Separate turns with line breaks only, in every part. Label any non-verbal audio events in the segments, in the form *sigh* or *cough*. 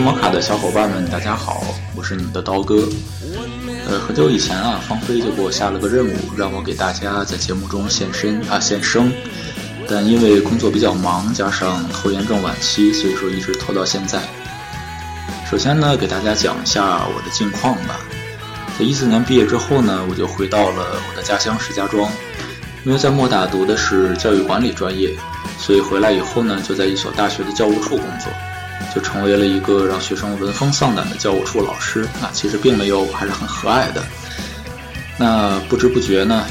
摩卡的小伙伴们，大家好，我是你们的刀哥。呃，很久以前啊，方飞就给我下了个任务，让我给大家在节目中现身啊现声，但因为工作比较忙，加上拖延症晚期，所以说一直拖到现在。首先呢，给大家讲一下我的近况吧。在一四年毕业之后呢，我就回到了我的家乡石家庄，因为在莫大读的是教育管理专业，所以回来以后呢，就在一所大学的教务处工作，就成为了一个让学生闻风丧胆的教务处老师。啊，其实并没有，我还是很和蔼的。那不知不觉呢，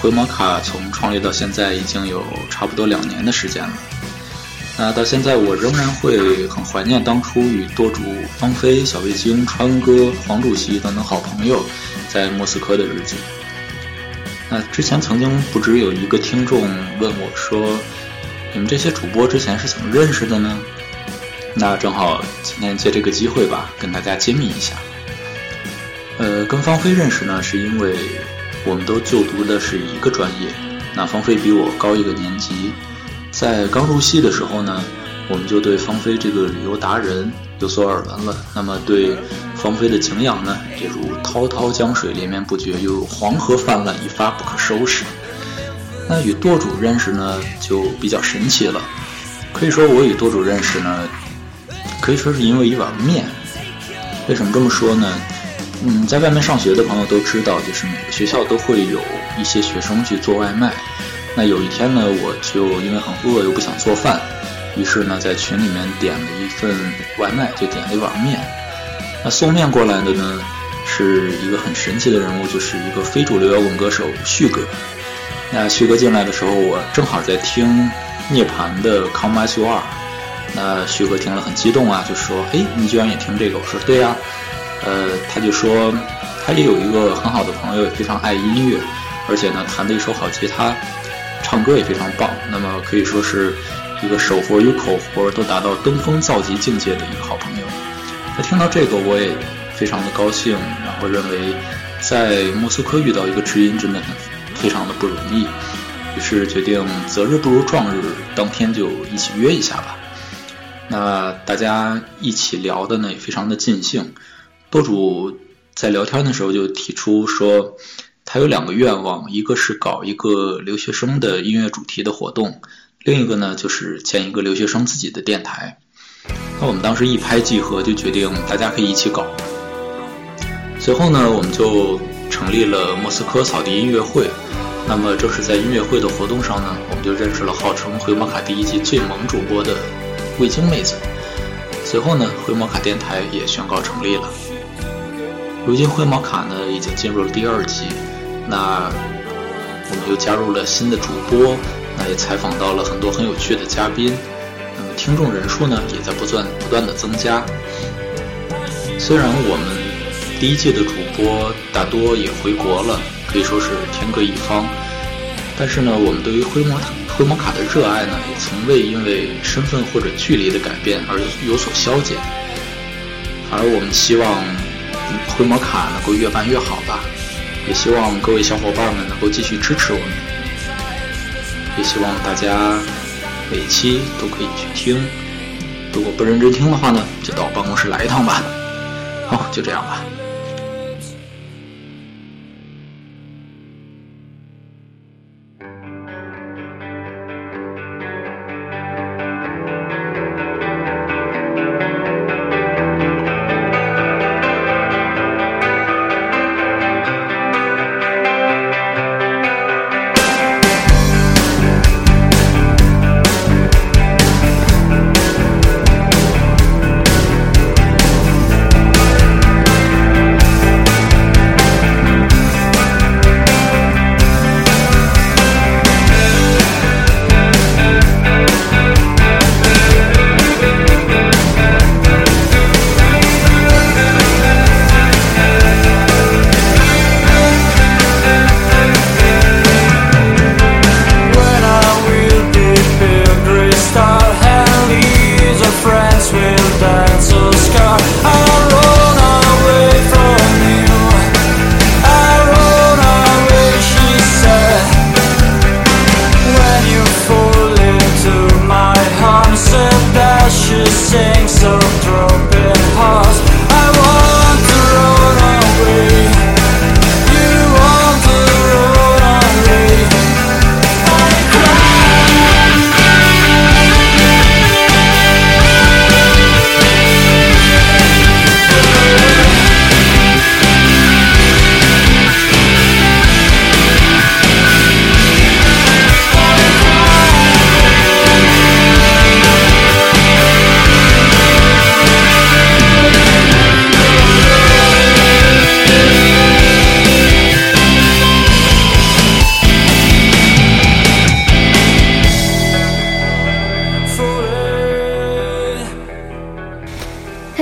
回摩卡从创立到现在已经有差不多两年的时间了。那到现在，我仍然会很怀念当初与多主方飞、小卫星、川哥、黄主席等等好朋友在莫斯科的日子。那之前曾经不止有一个听众问我说：“你们这些主播之前是怎么认识的呢？”那正好今天借这个机会吧，跟大家揭秘一下。呃，跟方飞认识呢，是因为我们都就读的是一个专业，那方飞比我高一个年级。在刚入戏的时候呢，我们就对方飞这个旅游达人有所耳闻了。那么对方飞的敬仰呢，也如滔滔江水连绵不绝，犹如黄河泛滥，一发不可收拾。那与舵主认识呢，就比较神奇了。可以说我与舵主认识呢，可以说是因为一碗面。为什么这么说呢？嗯，在外面上学的朋友都知道，就是每个学校都会有一些学生去做外卖。那有一天呢，我就因为很饿又不想做饭，于是呢在群里面点了一份外卖，就点了一碗面。那送面过来的呢是一个很神奇的人物，就是一个非主流摇滚歌手旭哥。那旭哥进来的时候，我正好在听涅槃的《Come As You Are》。那旭哥听了很激动啊，就说：“哎，你居然也听这个？”我说：“对呀、呃，他就说他也有一个很好的朋友，也非常爱音乐，而且呢弹的一手好吉他。唱歌也非常棒，那么可以说是一个手活与口活都达到登峰造极境界的一个好朋友。那听到这个，我也非常的高兴，然后认为在莫斯科遇到一个知音真的很非常的不容易，于是决定择日不如撞日，当天就一起约一下吧。那大家一起聊的呢也非常的尽兴，舵主在聊天的时候就提出说，他有两个愿望，一个是搞一个留学生的音乐主题的活动，另一个呢就是建一个留学生自己的电台。那我们当时一拍即合，就决定大家可以一起搞。随后呢，我们就成立了莫斯科扫地音乐会。那么正是在音乐会的活动上呢，我们就认识了号称回摩卡第一季最萌主播的味精妹子。随后呢，回摩卡电台也宣告成立了。如今灰毛卡呢已经进入了第二季，那我们又加入了新的主播，那也采访到了很多很有趣的嘉宾，那么听众人数呢也在不断不断的增加。虽然我们第一季的主播大多也回国了，可以说是天各一方，但是呢，我们对于灰魔灰魔卡的热爱呢，也从未因为身份或者距离的改变而有所消减。而我们希望嗯灰魔卡能够越办越好吧，也希望各位小伙伴们能够继续支持我们，也希望大家每期都可以去听。如果不认真听的话呢，就到我办公室来一趟吧。好，就这样吧。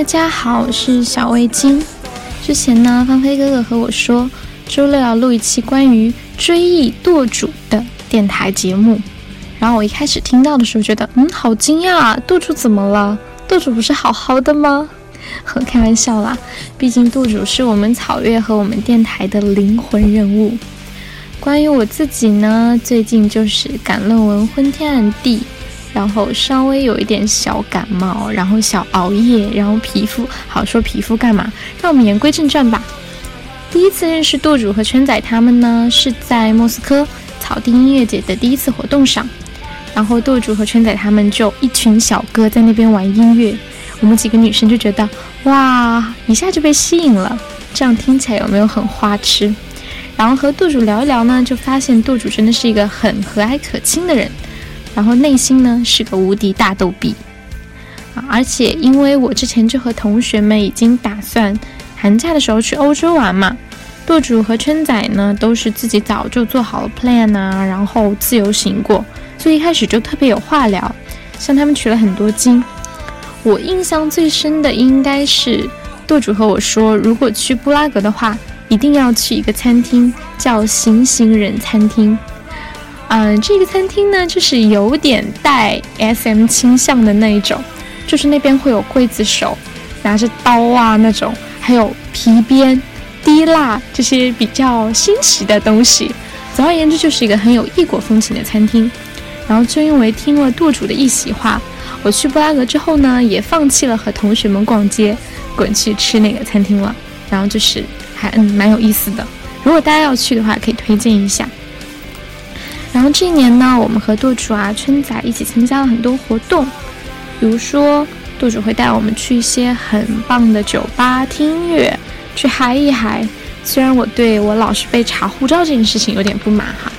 家好，我是小味精。之前呢，芳菲哥哥和我说，周六要录一期关于追忆舵主的电台节目。然后我一开始听到的时候，觉得嗯，好惊讶啊，舵主怎么了？舵主不是好好的吗？ *laughs* 呵，开玩笑啦，毕竟舵主是我们草月和我们电台的灵魂人物。关于我自己呢，最近就是赶论文昏天暗地，然后稍微有一点小感冒，然后小熬夜，然后皮肤好说皮肤干嘛？让我们言归正传吧。第一次认识舵主和圈仔他们呢，是在莫斯科草地音乐节的第一次活动上，然后舵主和圈仔他们就一群小哥在那边玩音乐，我们几个女生就觉得哇，一下就被吸引了。这样听起来有没有很花痴？然后和舵主聊一聊呢，就发现舵主真的是一个很和蔼可亲的人，然后内心呢是个无敌大逗比啊！而且因为我之前就和同学们已经打算寒假的时候去欧洲玩嘛，舵主和圈仔呢都是自己早就做好了 plan 啊，然后自由行过，所以一开始就特别有话聊，向他们取了很多经。我印象最深的应该是舵主和我说，如果去布拉格的话，一定要去一个餐厅，叫“行行人餐厅”。嗯、这个餐厅呢，就是有点带 SM 倾向的那一种，就是那边会有刽子手拿着刀啊那种，还有皮鞭、滴蜡这些比较新奇的东西。总而言之，就是一个很有异国风情的餐厅。然后就因为听了舵主的一席话，我去布拉格之后呢，也放弃了和同学们逛街，滚去吃那个餐厅了。然后就是还嗯蛮有意思的。如果大家要去的话，可以推荐一下。然后这一年呢，我们和舵主啊、春仔一起参加了很多活动，比如说舵主会带我们去一些很棒的酒吧听音乐，去嗨一嗨。虽然我对我老是被查护照这件事情有点不满哈。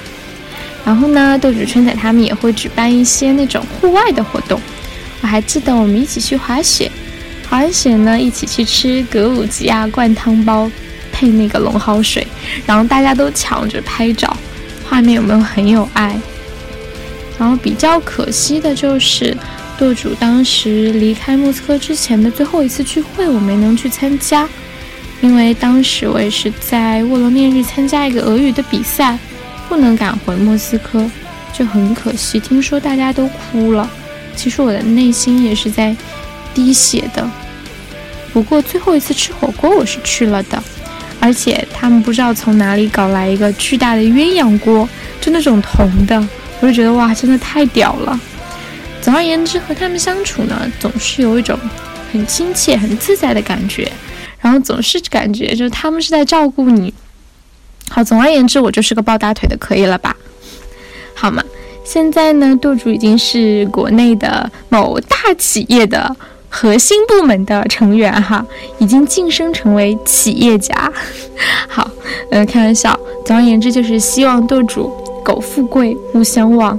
然后呢，舵主春仔他们也会举办一些那种户外的活动。我还记得我们一起去滑雪，滑完雪呢，一起去吃格鲁吉亚灌汤包，配那个龙蒿水，然后大家都抢着拍照，画面有没有很有爱？然后比较可惜的就是，舵主当时离开莫斯科之前的最后一次聚会，我没能去参加，因为当时我也是在沃罗涅日参加一个俄语的比赛，不能赶回莫斯科，就很可惜。听说大家都哭了，其实我的内心也是在滴血的。不过最后一次吃火锅我是去了的，而且他们不知道从哪里搞来一个巨大的鸳鸯锅，就那种铜的，我就觉得哇，真的太屌了。总而言之，和他们相处呢，总是有一种很亲切、很自在的感觉，然后总是感觉就是他们是在照顾你。好，总而言之，我就是个抱大腿的，可以了吧？好嘛，现在呢，舵主已经是国内的某大企业的核心部门的成员哈，已经晋升成为企业家。 *laughs* 好，呃，开玩笑。总而言之，就是希望舵主苟富贵，勿相忘。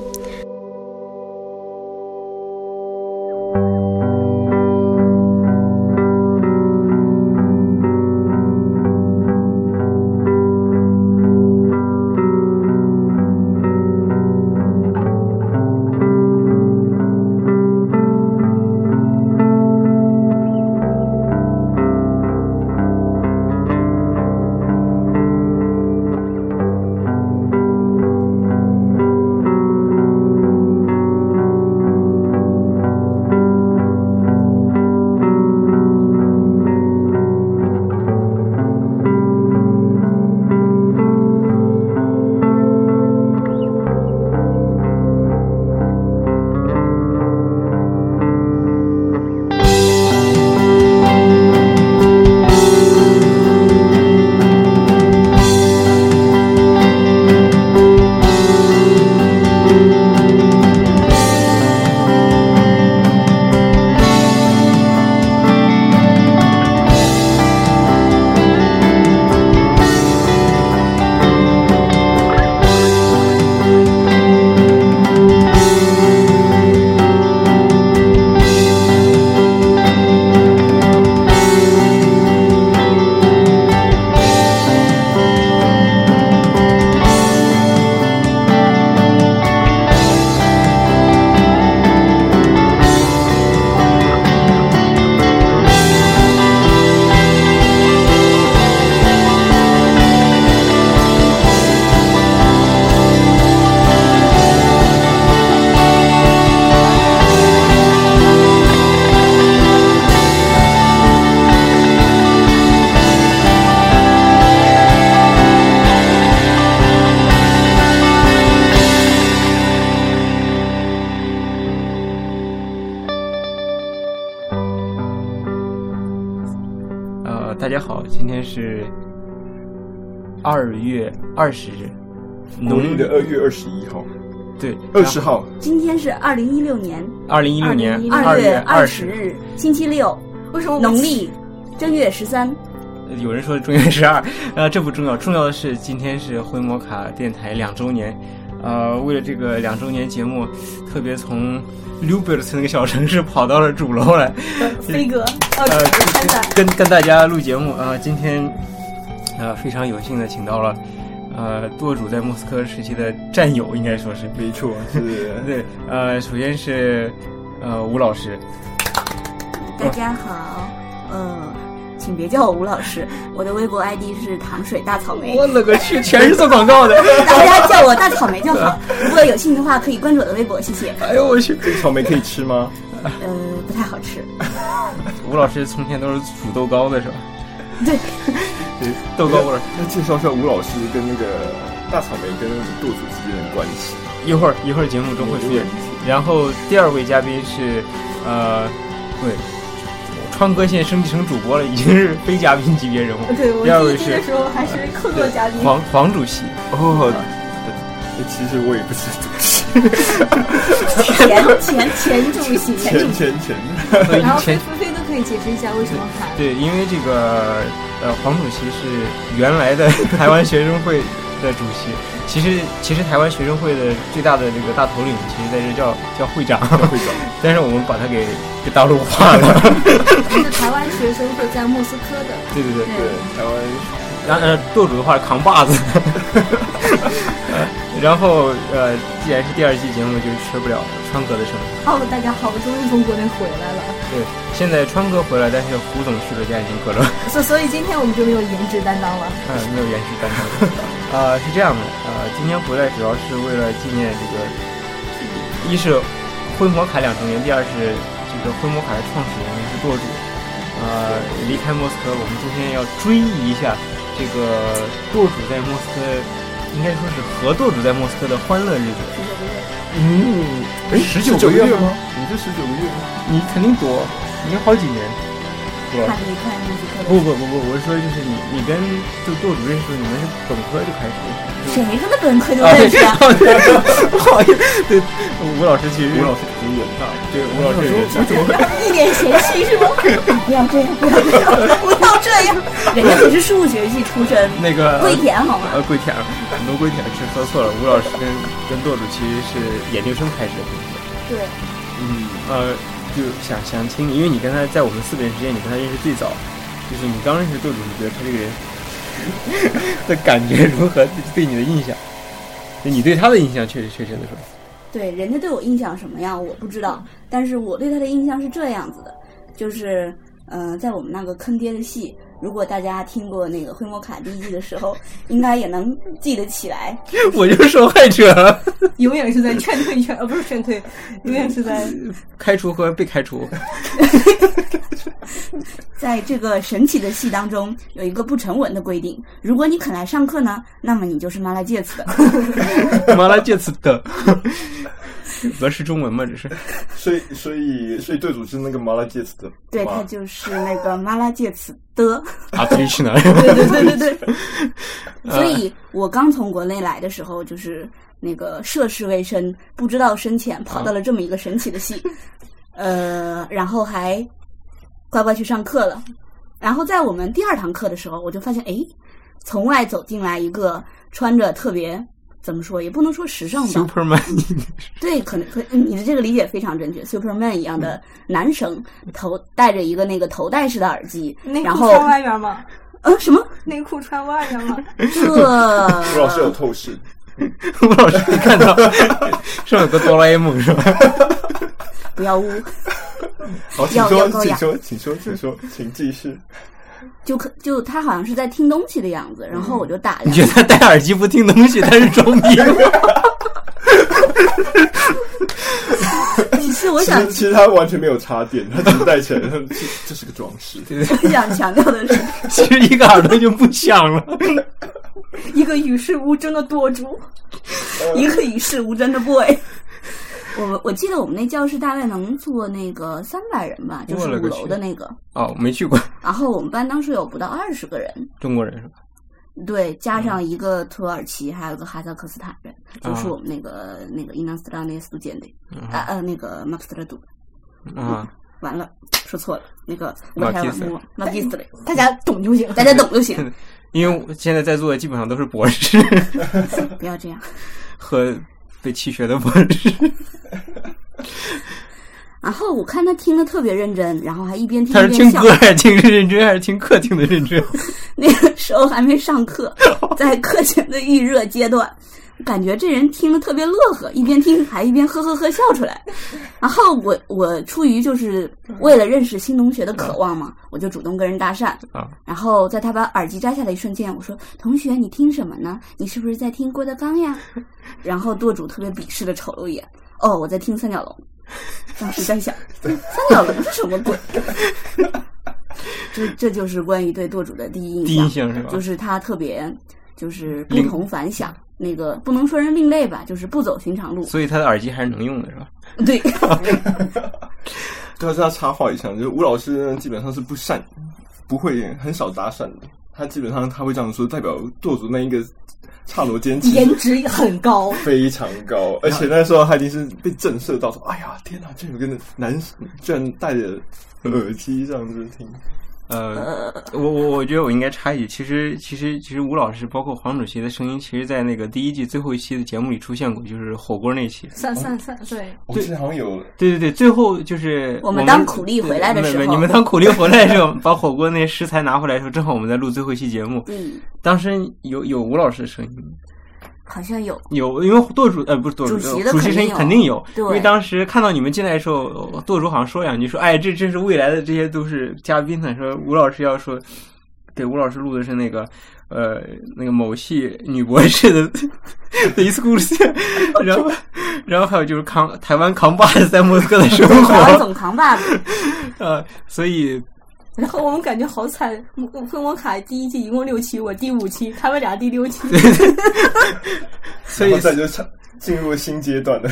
大家好，今天是二月二十日，
农历的二月二十一号，
对
二十号，
今天是二零一六年
二零一六年
二
月
二
十
日，星期六，
为什么
农历正月十三。
有人说中原十二，呃，这不重要，重要的是今天是灰摩卡电台两周年，呃，为了这个两周年节目，特别从 l u b e r 那个小城市跑到了主楼来，
*laughs* 飞哥？
呃
呃，参赛，
跟跟大家录节目啊、呃，今天呃非常有幸的请到了呃舵主在莫斯科时期的战友，应该说是
没错，是
*laughs* 对，呃，首先是呃吴老师，嗯
大家好，呃，请别叫我吴老师， *laughs* 我的微博 ID 是糖水大草莓。
我勒个去，全是做广告的，
*laughs* 大家叫我大草莓
*laughs*
就好。如果有兴趣的话，可以关注我的微博，谢谢。
哎呦我去，
这个草莓可以吃吗？
呃，不太好吃。
吴老师从前都是煮豆糕的是吧？ *laughs*
对，
对，
豆糕味儿。
*laughs* 那介绍一下吴老师跟那个大草莓跟舵主之间的关系。
一会儿一会儿节目中会出现。然后第二位嘉宾是，呃，对，川哥现在升级成主播了，已经是非嘉宾级别
*laughs*
人物。
*laughs* 对我
第二位
第一期
是
的时候还是客座嘉
*laughs*
宾，
黄黄主席，
哦，其实我也不是
前前前主席，前
前
主席。
前前，
呃
然后
以
飞
前
飞哥可以解释一下为什么喊
对，因为这个呃，黄主席是原来的台湾学生会的主席。其实其实台湾学生会的最大的这个大头领，其实在这叫叫会长，
会长，
*laughs* 但是我们把他给给大陆化了。
就是台湾学生会在莫斯科的，
对对对。
对，台湾
然呃，舵主的话是扛把子。 *laughs* 然后呃，既然是第二季节目，就吃不了川哥的生日。
哦，大家好，我终于从国内回来了，
对，现在川哥回来，但是胡总去了家已经隔了，
所所以今天我们就没有颜值担当了。
嗯、没有延迟担当。呃，是这样的，呃，今天回来主要是为了纪念这个，一是灰摩卡两周年，第二是这个灰摩卡的创始人是舵主。呃，离开莫斯科，我们今天要追忆一下这个舵主在莫斯科，应该说是和舵主在莫斯科的欢乐日子。
嗯，哎，
十九
个
个月
月
吗？
你这十九个月吗？
你肯定躲，你有好几年。
看你看你这
不
个，
不不不，我是说就是你你跟就舵主认识，你们是本科就开始。
谁他妈本科就认识啊？
不好意思，对，吴老师其实
吴老师很远大，
对吴老师
我怎么
*laughs*
会？
一脸嫌弃是吗？不要这样，不要这样，不要这样。人家可是数学系出身，
那个
跪舔好吗？
呃跪舔，很多跪舔是说错了。吴老师跟跟舵主其实是研究生开始的同学，
对，
嗯，
呃，就想想听你，因为你跟他在我们四个人之间，你跟他认识最早，就是你刚认识舵主，你觉得他这个人 *laughs* 的感觉如何？对你的印象？就你对他的印象，确实确切的说。
对，人家对我印象什么样我不知道，但是我对他的印象是这样子的，就是呃，在我们那个坑爹的戏，如果大家听过那个《灰摩卡》第一季的时候，应该也能记得起来。
*laughs* 我就是受害者，
*laughs* 永远是在劝退劝，呃，不是劝退，永远是在
开除和被开除。
在这个神奇的戏当中，有一个不成文的规定，如果你肯来上课呢，那么你就是麻辣芥子的。
麻辣芥子的，俄式中文嘛，这是。
*laughs* 所以所以所以队主是那个麻辣芥子的，
对，
哇
他就是那个麻辣芥子的。
啊，对去哪？ *laughs*
对对对对对。 *laughs* 所以我刚从国内来的时候，就是那个涉世未深，不知道深浅，跑到了这么一个神奇的 *laughs* 系，呃，然后还乖乖去上课了。然后在我们第二堂课的时候，我就发现，哎，从外走进来一个穿着特别怎么说，也不能说时尚吧，
Superman，
对，可能可嗯你的这个理解非常正确，Superman 一样的男生，头戴着一个那个头戴式的耳机，
内
然
裤
后
穿外边嘛，
嗯什么 *laughs*
内裤穿外边 *laughs* 嘛，
这
吴老师有透视，
吴老师没看 *laughs* 到，上面有个哆啦 A 梦是吧？
不要污， *laughs*
好，请
要要
说，
高
请
雅
说，请说，请说，请继续。
就可就他好像是在听东西的样子，然后我就打
嗯你
量，
觉得他戴耳机不听东西，他是装逼吗？
*laughs* 其实我
*laughs*
其
想
实其实他完全没有插电，他只是带起来，他 *laughs* 这这是个装饰。
我 *laughs* 想强调的是，
*laughs* 其实一个耳朵就不响了。
一个与世无争的舵主，
嗯
一个与世无争的 boy。 *laughs* 我我记得我们那教室大概能坐那个三百人吧，就是
我勒
五
个
楼
去
的那个。
哦，我没去过
然后我们班当时有不到二十个人，
中国人是吧？
对，加上一个土耳其，还有个哈萨克斯坦人，就是我们那个、那个伊南斯特拉内斯杜建的，啊
啊
呃，那个马克斯特杜。
啊，
完了，说错了，那个我还
马基斯
有马基斯雷，
哎大家懂就行，
大家懂就行，
*laughs* 因为我现在在座的基本上都是博 *laughs* 士
不要这样。
和被弃学的博 *laughs* 士。
然后我看他听的特别认真，然后还一边听
他是
一边
听
笑
歌。还是听认真，还是听课听的认真？
那个时候还没上
*laughs*
课，在课前的预热阶段，感觉这人听得特别乐呵，一边听还一边呵呵呵笑出来。然后我我出于就是为了认识新同学的渴望嘛，我就主动跟人搭讪
嗯啊。
然后在他把耳机摘下来一瞬间，我说：“同学，你听什么呢？你是不是在听郭德纲呀？” *laughs* 然后舵主特别鄙视的瞅了我一眼，哦，我在听三角龙。当
*laughs*
时在想，三角龙是什么鬼？这这就是关于对舵主的第一印
第一印象是吧
就是他特别就是不
另
同凡响，那个不能说人另类吧，就是不走寻常路。
所以他的耳机还是能用的，是吧？
对， *laughs*
对啊，这要插话一下，就是吴老师嗯基本上是不善，不会很少搭讪的。他基本上他会这样说，代表舵主那一个刹那间其实
*laughs* 颜值很高，
非常高，而且那时候他已经是被震慑到，说：“哎呀，天哪，这有个男生居然戴着耳机这样子听。
呃，我我我觉得我应该插一句，其实其实其实吴老师包括黄主席的声音，其实，在那个第一季最后一期的节目里出现过，就是火锅那期。
三三三， *laughs* 对，”
我记得好像有
对对对，最后就是
我
们
们当苦力回来的时候
对对对你们当苦力回来的时候，把火锅那食材拿回来的时候，正好我们在录最后一期节目，
嗯，
当时有有吴老师的声音，
好像有
有因为舵主呃不是舵主，
主席的
主席声音肯
肯
定
定
有，
对
因为当时看到你们进来的时候，呃舵主好像说两句说，哎，这这是未来的，这些都是嘉宾呢，说吴老师要说给吴老师录的是那个。呃，那个某系女博士的的一次故事， *laughs* 然后，然后还有就是扛台湾扛把子在莫斯科的生
台湾
活，
总扛把子，
呃，所以
然后我们感觉好惨，《灰魔卡》第一季一共六期，我第五期，他们俩第六期，
所以
然后再就唱进入新阶段了。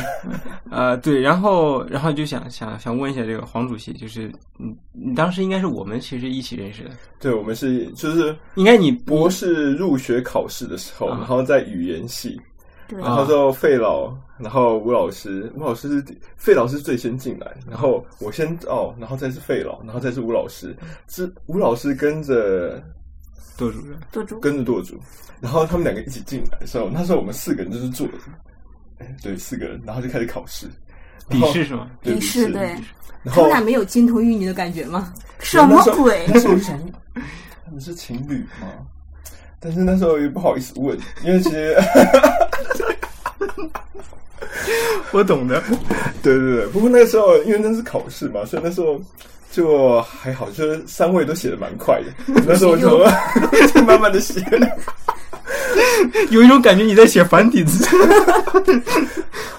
呃，对，然后然后就想想想问一下这个黄主席，就是你你当时应该是我们其实一起认识的，
*laughs* 对，我们是就是
应该你
博士入学考试的时候，
啊
然后在语言系，
对
然后
啊
之后费老，然后吴老师，吴老师是第费老师最先进来，然后我先哦，然后再是费老，然后再是吴老师，是吴老师跟着
舵主任
做猪。
跟着舵主，然后他们两个一起进来的时候，那时候我们四个人就是坐着，哎对，四个人，然后就开始考试，然
笔
后
试是吗？
对
也是对，
然
他
后
们俩没有金童玉女的感觉吗？
什么鬼？
那时候我就想，他们是情侣吗？但是那时候也不好意思问，因为其实。
*laughs* 我懂的，
对对对，不过那时候因为那是考试嘛，所以那时候就还好，就是三位都写的蛮快的。那时候我就 *laughs* 就慢慢的写，
有一种感觉你在写繁体字。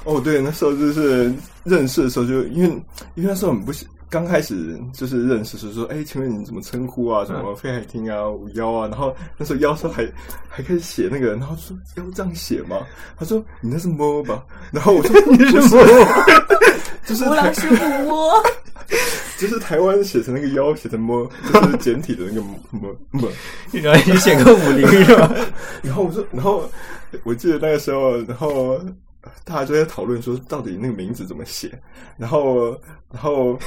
哦，对，那时候就是认识的时候就，因为因为那时候很不喜，刚开始就是认识的时候说，哎，请问你怎么称呼啊？什么费海汀啊，五幺啊？然后那时候幺说还还开始写那个，然后说要这样写吗？他说你那是摸吧，然后我说 *laughs* 你是摸，
*laughs*
就是
吴老
台
师不窝，
*laughs* 就是台湾写成那个幺写成摸，就是简体的那个摸摸。
然后你写个五零是吧？
*laughs* 然后我说，然后我记得那个时候，然后大家就在讨论说到底那个名字怎么写，然后然后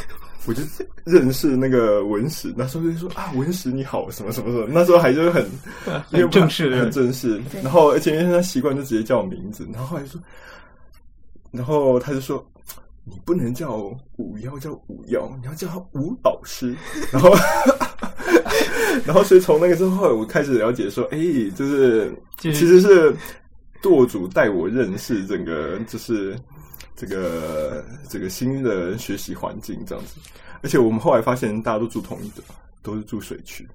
我就认识那个文史，那时候就说啊文史你好什么什么什么，那时候还就是很因为
很正式
很正式，然后而且因为他习惯就直接叫我名字，然后后来就说，然后他就说。你不能叫五幺叫五幺，你要叫他吴老师。然后， *laughs* 然后所以从那个之后，我开始了解说，哎，就是
就
其
是
实是舵主带我认识整个就是这个这个新的学习环境这样子。而且我们后来发现，大家都住同一个，都是住水区，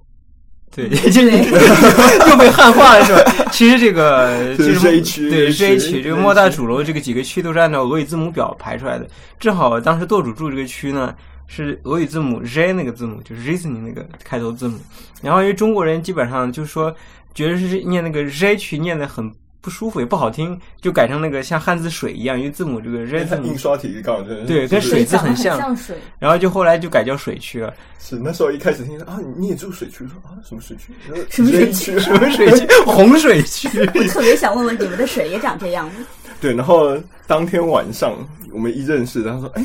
对，就 *laughs* 又被汉化了是吧？其实这个就
这
是是
J 区
对 J
J
区
区
这个莫大主楼这个几个区都是按照俄语字母表排出来的。正好当时舵主住这个区呢是俄语字母 J 那个字母，就是 reasoning 那个开头字母。然后因为中国人基本上就说觉得是念那个 J 区念的很不舒服，也不好听，就改成那个像汉字水一样，因为字母这个
因
Z
为
字
它
母
印，刷体告真的是
对跟
就是
哎水字
长得
很
很
像
水，
然后就后来就改叫水区了。
是那时候一开始听说啊，你也住水区，说啊什么水区，
什么水
*laughs*
区，
什么水 *laughs* 区？洪水区。
我特别想问问你们的水也长这样吗？
对，然后当天晚上我们一认识，然后说，哎，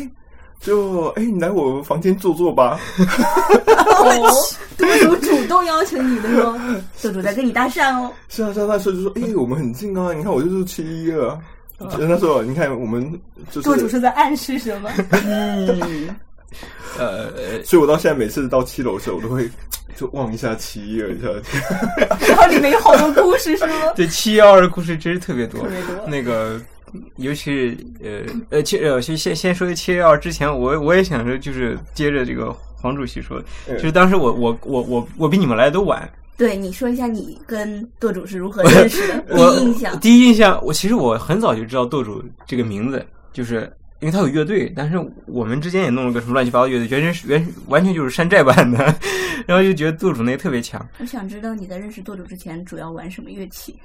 就哎，你来我房间坐坐吧。
*laughs*
哦，独独主动邀请你的哟，
宿主在跟你搭讪哦，
是啊，是啊，那时候就说，
嗯
哎，我们很近啊，你看我就住七一二啊。就那时候你看我们就
舵主
是，
是在暗示
*laughs*
什么？
呃，
所以我到现在每次到七楼的时候，我都会就望一下七一二一下。
然后里面有好多故事是吗？
对七幺二的故事真是特别多，
特别多
那个，尤其是呃呃，其呃，先先先说七幺二之前，我我也想说，就是接着这个黄主席说，
嗯
就是当时我我我我我比你们来的都晚，
*laughs* 对，你说一下你跟舵主是如何认识的？
我
第一印象，
第一印象，我其实我很早就知道舵主这个名字，就是因为他有乐队，但是我们之间也弄了个什么乱七八糟乐队，原真是原完全就是山寨版的， *laughs* 然后就觉得舵主那个特别强，
我想知道你在认识舵主之前主要玩什么乐器？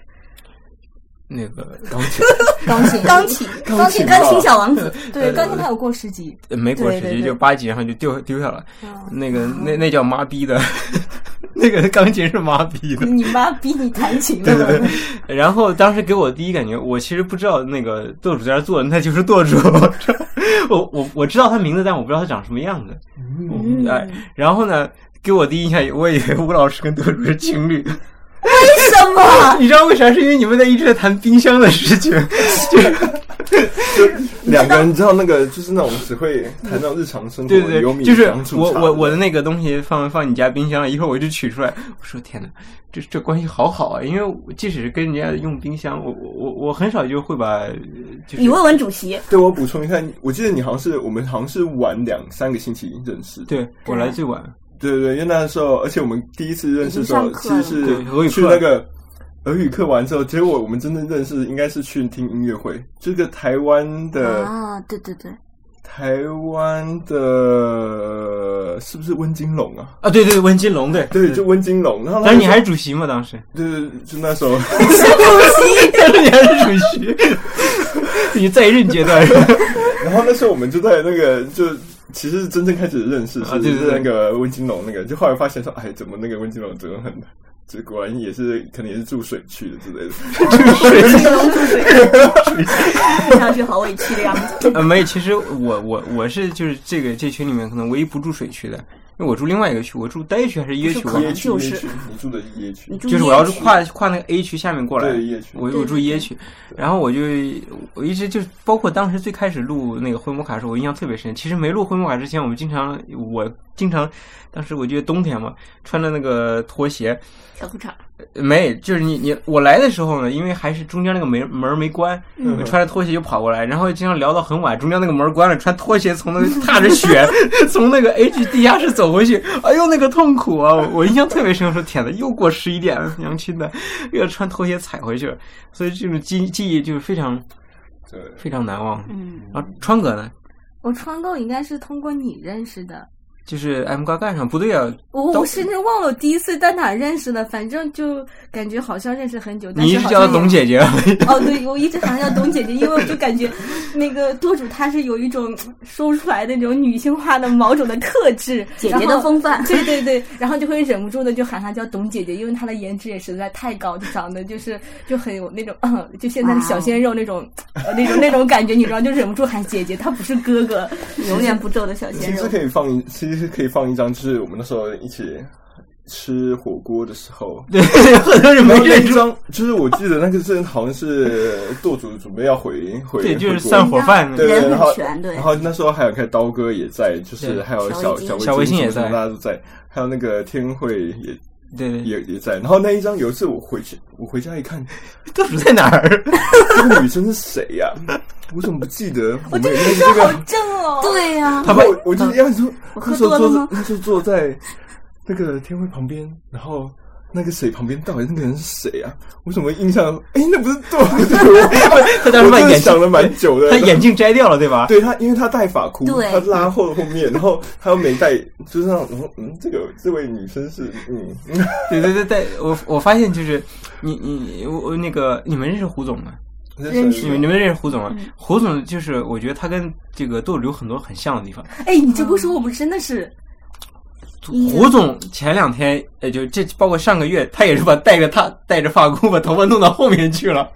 那个钢琴。
钢琴，
钢琴，钢琴，钢琴小王子，
对，钢琴它有过十级，
呃没过
对
时
对
期
对嗯
就八级，然后就丢丢下了。
哦
那个那那叫妈逼的， *laughs* 那个钢琴是妈逼
嗯
的。
你妈逼你弹琴的吗？
然后当时给我第一感觉，我其实不知道那个舵主在那儿坐着，那就是舵主。 *laughs* 我我我知道他名字，但我不知道他长什么样子。嗯，哎，然后呢，给我第一印象，我以为吴老师跟舵主是情侣。 *laughs*
为什么？ *laughs*
你知道为啥？是因为你们在一直在谈冰箱的事情，就是
两个人，你知道那个就是那种只会谈到日常生
*laughs*
活，
对对
有
对，
米
就是
糖醋
我
茶
我我的那个东西放放你家冰箱了，一会儿我就取出来。我说天哪，这这关系好好啊！因为我即使是跟人家用冰箱，我我我我很少就会把呃就是
你问问主席，
对我补充一下，我记得你好像是我们好像是晚两三个星期认识的。
对我来最晚，
对对对，因为那时候，而且我们第一次认识的时候
已经上，
其
课了
实
对俄语
是
课
去那个俄语课完之后，结果我们真正认识应该是去听音乐会，这个台湾
呃
的、
啊，对对对，
台湾的是不是温金龙啊？
啊，对对，温金龙对
对，就温金龙。然后那
但是你还
时
是主席嘛，当
*laughs*
时，
候对对，对就那时候， *laughs*
但 *laughs* 是你还是主席，你在任阶段是吧
*laughs*
然后那时候我们就在那个就。其实真正开始认识
啊
是
对对
是
对
那个温金龙那个，就后来发现说，哎，怎么那个温金龙怎么很，这果然也是可能也是住水区的之类的。
*laughs* 看上去好委屈的样子。
呃，没，其实我我我是就是这个这群里面可能唯一不住水区的，因为我住另外一个区，我住呆区还是椰区
不
忘了
可
夜
能
区，
哦就
夜
是
区，你住的是夜区
你，住
就是
夜
我要是
区
跨跨那个 A 区下面过来，
对夜区
我我住
对
耶区，然后我就我一直就是包括当时最开始录那个灰摩卡的时候，我印象特别深。其实没录灰摩卡之前，我们经常我经常当时我记得冬天嘛，穿着那个拖鞋，
小裤衩儿，
呃没就是你你我来的时候呢，因为还是中间那个门门没关，
嗯
我穿着拖鞋就跑过来，然后经常聊到很晚，中间那个门关了，穿拖鞋从那个踏着雪 *laughs* 从那个 H 地下室走回去，哎呦那个痛苦啊！我我印象特别深，我说天呐，又过十一点了，娘亲的，又要穿拖鞋踩回去了，所以这种记记忆就是非常
对，
非常难忘。
嗯，
然后川哥呢，
我川购应该是通过你认识的，
就是 M 嘎干上不对啊，
我我甚至忘了我第一次在哪认识的，反正就感觉好像认识很久，但
你一
是
直
好
叫
像
她董
也
姐啊姐，
哦，对，我一直喊她叫董姐姐，因为我就感觉那个舵主她是有一种说不出来的那种女性化的某种的特质，
姐
然
姐
后
的风范
对对对，然后就会忍不住的就喊她叫董姐姐，因为她的颜值也实在太高，就长得就是就很有那种， *clears throat* 嗯、就现在的
哦
小鲜肉那种、呃那种那种感觉，你知道，就忍不住喊姐姐，她不是哥哥。
*laughs* 永远不皱的小鲜
其
肉
实。可以放一，其实可以放一张，就是我们那时候一起吃火锅的时候。
*laughs* 对，很多 *laughs* 人没
然后那
认
一
出，
张，就是我记得那个是好像是舵主准备要回回，
对，就是
回国
散伙饭那
对，
个。
对
人
然后
很全对
然后那时候还有看刀哥也在，就是
对
还有小
小维
小
京
小维京也
什么
在
大家都在，还有那个天慧也
对对，
也也在。然后那一张有一次我回去，我回家一看， *laughs*
豆主在哪儿？ *laughs*
这个女生是谁呀？我怎么不记得？我们认识这个
正哦，
对呀、
他
然
把
后我就一样说，
我
那
喝
时候
多了
坐
吗
那时候坐在那个天辉旁边，然后那个谁旁边到底那个人是谁啊？我怎么印象？哎，那不是杜对
他当时把眼镜
想了蛮久的，
他眼镜摘掉了，对吧？
*laughs* 对他，因为他戴发箍，
对
他拉后后面，然后他又没戴，就是那种嗯嗯，这个这位女生是嗯，嗯
对对对对，我我发现就是你你我我那个你们认识胡总吗？
认 *laughs*
你们你们认识胡总吗？胡总就是我觉得他跟这个杜主有很多很像的地方。
哎，你这不说，我们真的是
胡总前两天，呃，就这包括上个月，他也是把带着他 *laughs* 带着发箍把头发弄到后面去 *laughs* 了，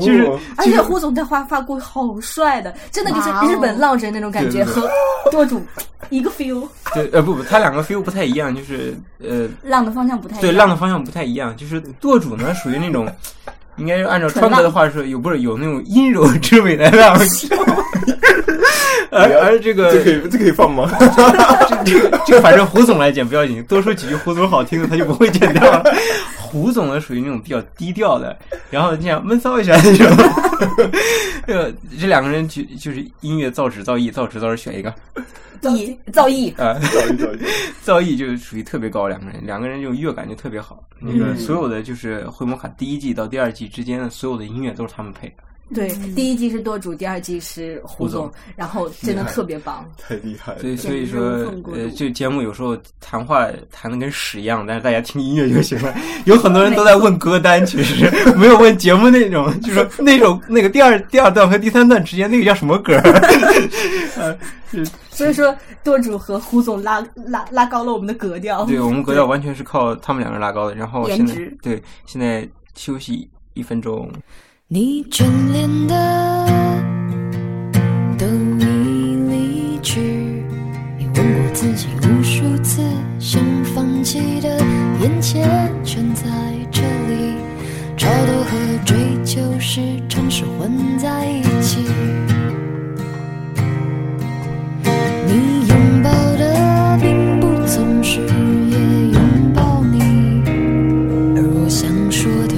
就是
而且胡总他画发箍好帅的，真的就是
哇哦
日本浪人那种感
对对
觉，和舵主一个 feel。
对呃不不，他两个 feel 不太一样，就是呃
浪的方向不太一样。
对浪的方向不太一样，就是舵主呢属于那 *laughs* 种。应该是按照川哥的话说，有不是有那种阴柔之美的浪， *laughs* 而呃而 *laughs* 这个
这可以这可以放吗？ *laughs*
*laughs* 这个这个，反正胡总来剪不要紧，多说几句胡总好听的，他就不会剪掉了。胡总呢，属于那种比较低调的，然后这样闷骚一下那种。 *laughs* 呃，这两个人就就是音乐造纸造诣，造纸造纸选一个
艺造诣，
啊、呃
找一找一下，
造诣就是属于特别高，两个人，两个人这种乐感就特别好。那个所有的就是《灰魔卡》第一季到第二季之间的所有的音乐都是他们配的。
对，
嗯
第一季是舵主，第二季是胡总，然后真的特别棒。
太厉害
呃
了
所！以所以
简直
说
无缝，过渡
呃，这节目有时候谈话谈的跟屎一样，但是大家听音乐就行
*laughs*
了。有很多人都在问歌单，其实没有问节目内容，就说那首那个第二第二段和第三段之间那个叫什么歌儿？
*laughs*
所以说，舵主和胡总拉拉拉高了我们的格调。
对我哦们格调完全是靠他们两个人拉高的。然后现在
颜值
对现在休息一分钟，
你眷恋的都已离去，你问过自己无数次想放弃的，眼前全在这里，超脱和追求时常是混在一起。你拥抱的并不总是也拥抱你，而我想说的。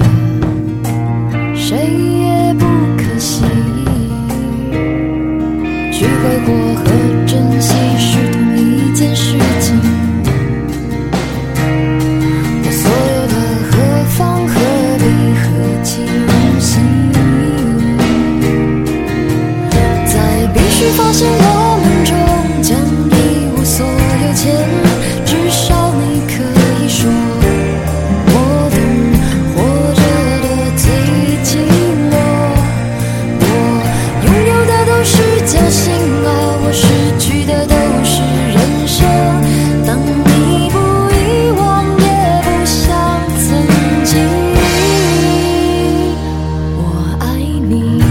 谁也不可惜。聚会过和珍惜是同一件事情。我所有的何方何必何其荣幸，在必须发现我们终将一无所有前，至少你可以说。我懂，活着的最寂寞。我拥有的都是侥幸啊，我失去的都是人生。当你不遗忘，也不像曾经。我爱你。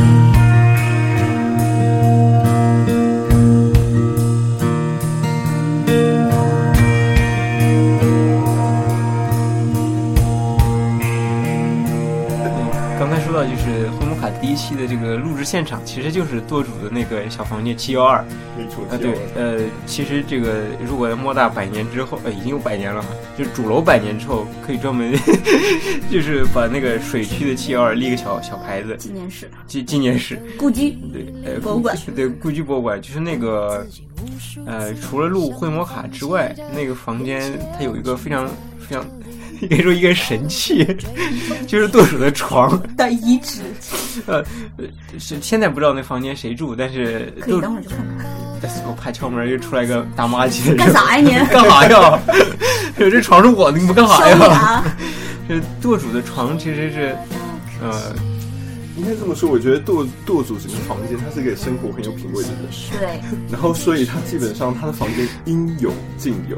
刚才说到就是《灰魔卡》第一期的这个录制现场，其实就是舵主的那个小房间七幺二。
没出
啊，对，呃，其实这个如果在莫大百年之后，呃，已经有百年了嘛，就是主楼百年之后，可以专门 *laughs* 就是把那个水区的七幺二立个小小牌子，
纪念室、
纪纪念室，
故居，
对，呃，
博物馆
故居，对，故居博物馆，就是那个，呃，除了录会魔卡之外，那个房间它有一个非常非常， *laughs* 应该说一个神器， *laughs* 就是舵手的床，
的遗址，
呃，是现在不知道那房间谁住，但是舵
可以
主
等会儿去看看。
但是我怕敲门又出来个大妈级的人，
干啥呀你
*laughs* 干啥呀？ *laughs* 这这床是我的，你们干啥
烧
呀？
牙，
这舵主的床其实是，
嗯
呃，
应该这么说，我觉得舵舵主整个房间，他是一个生活很有品味的人，
对，
*laughs*
然后所以他基本上他的房间应有尽有，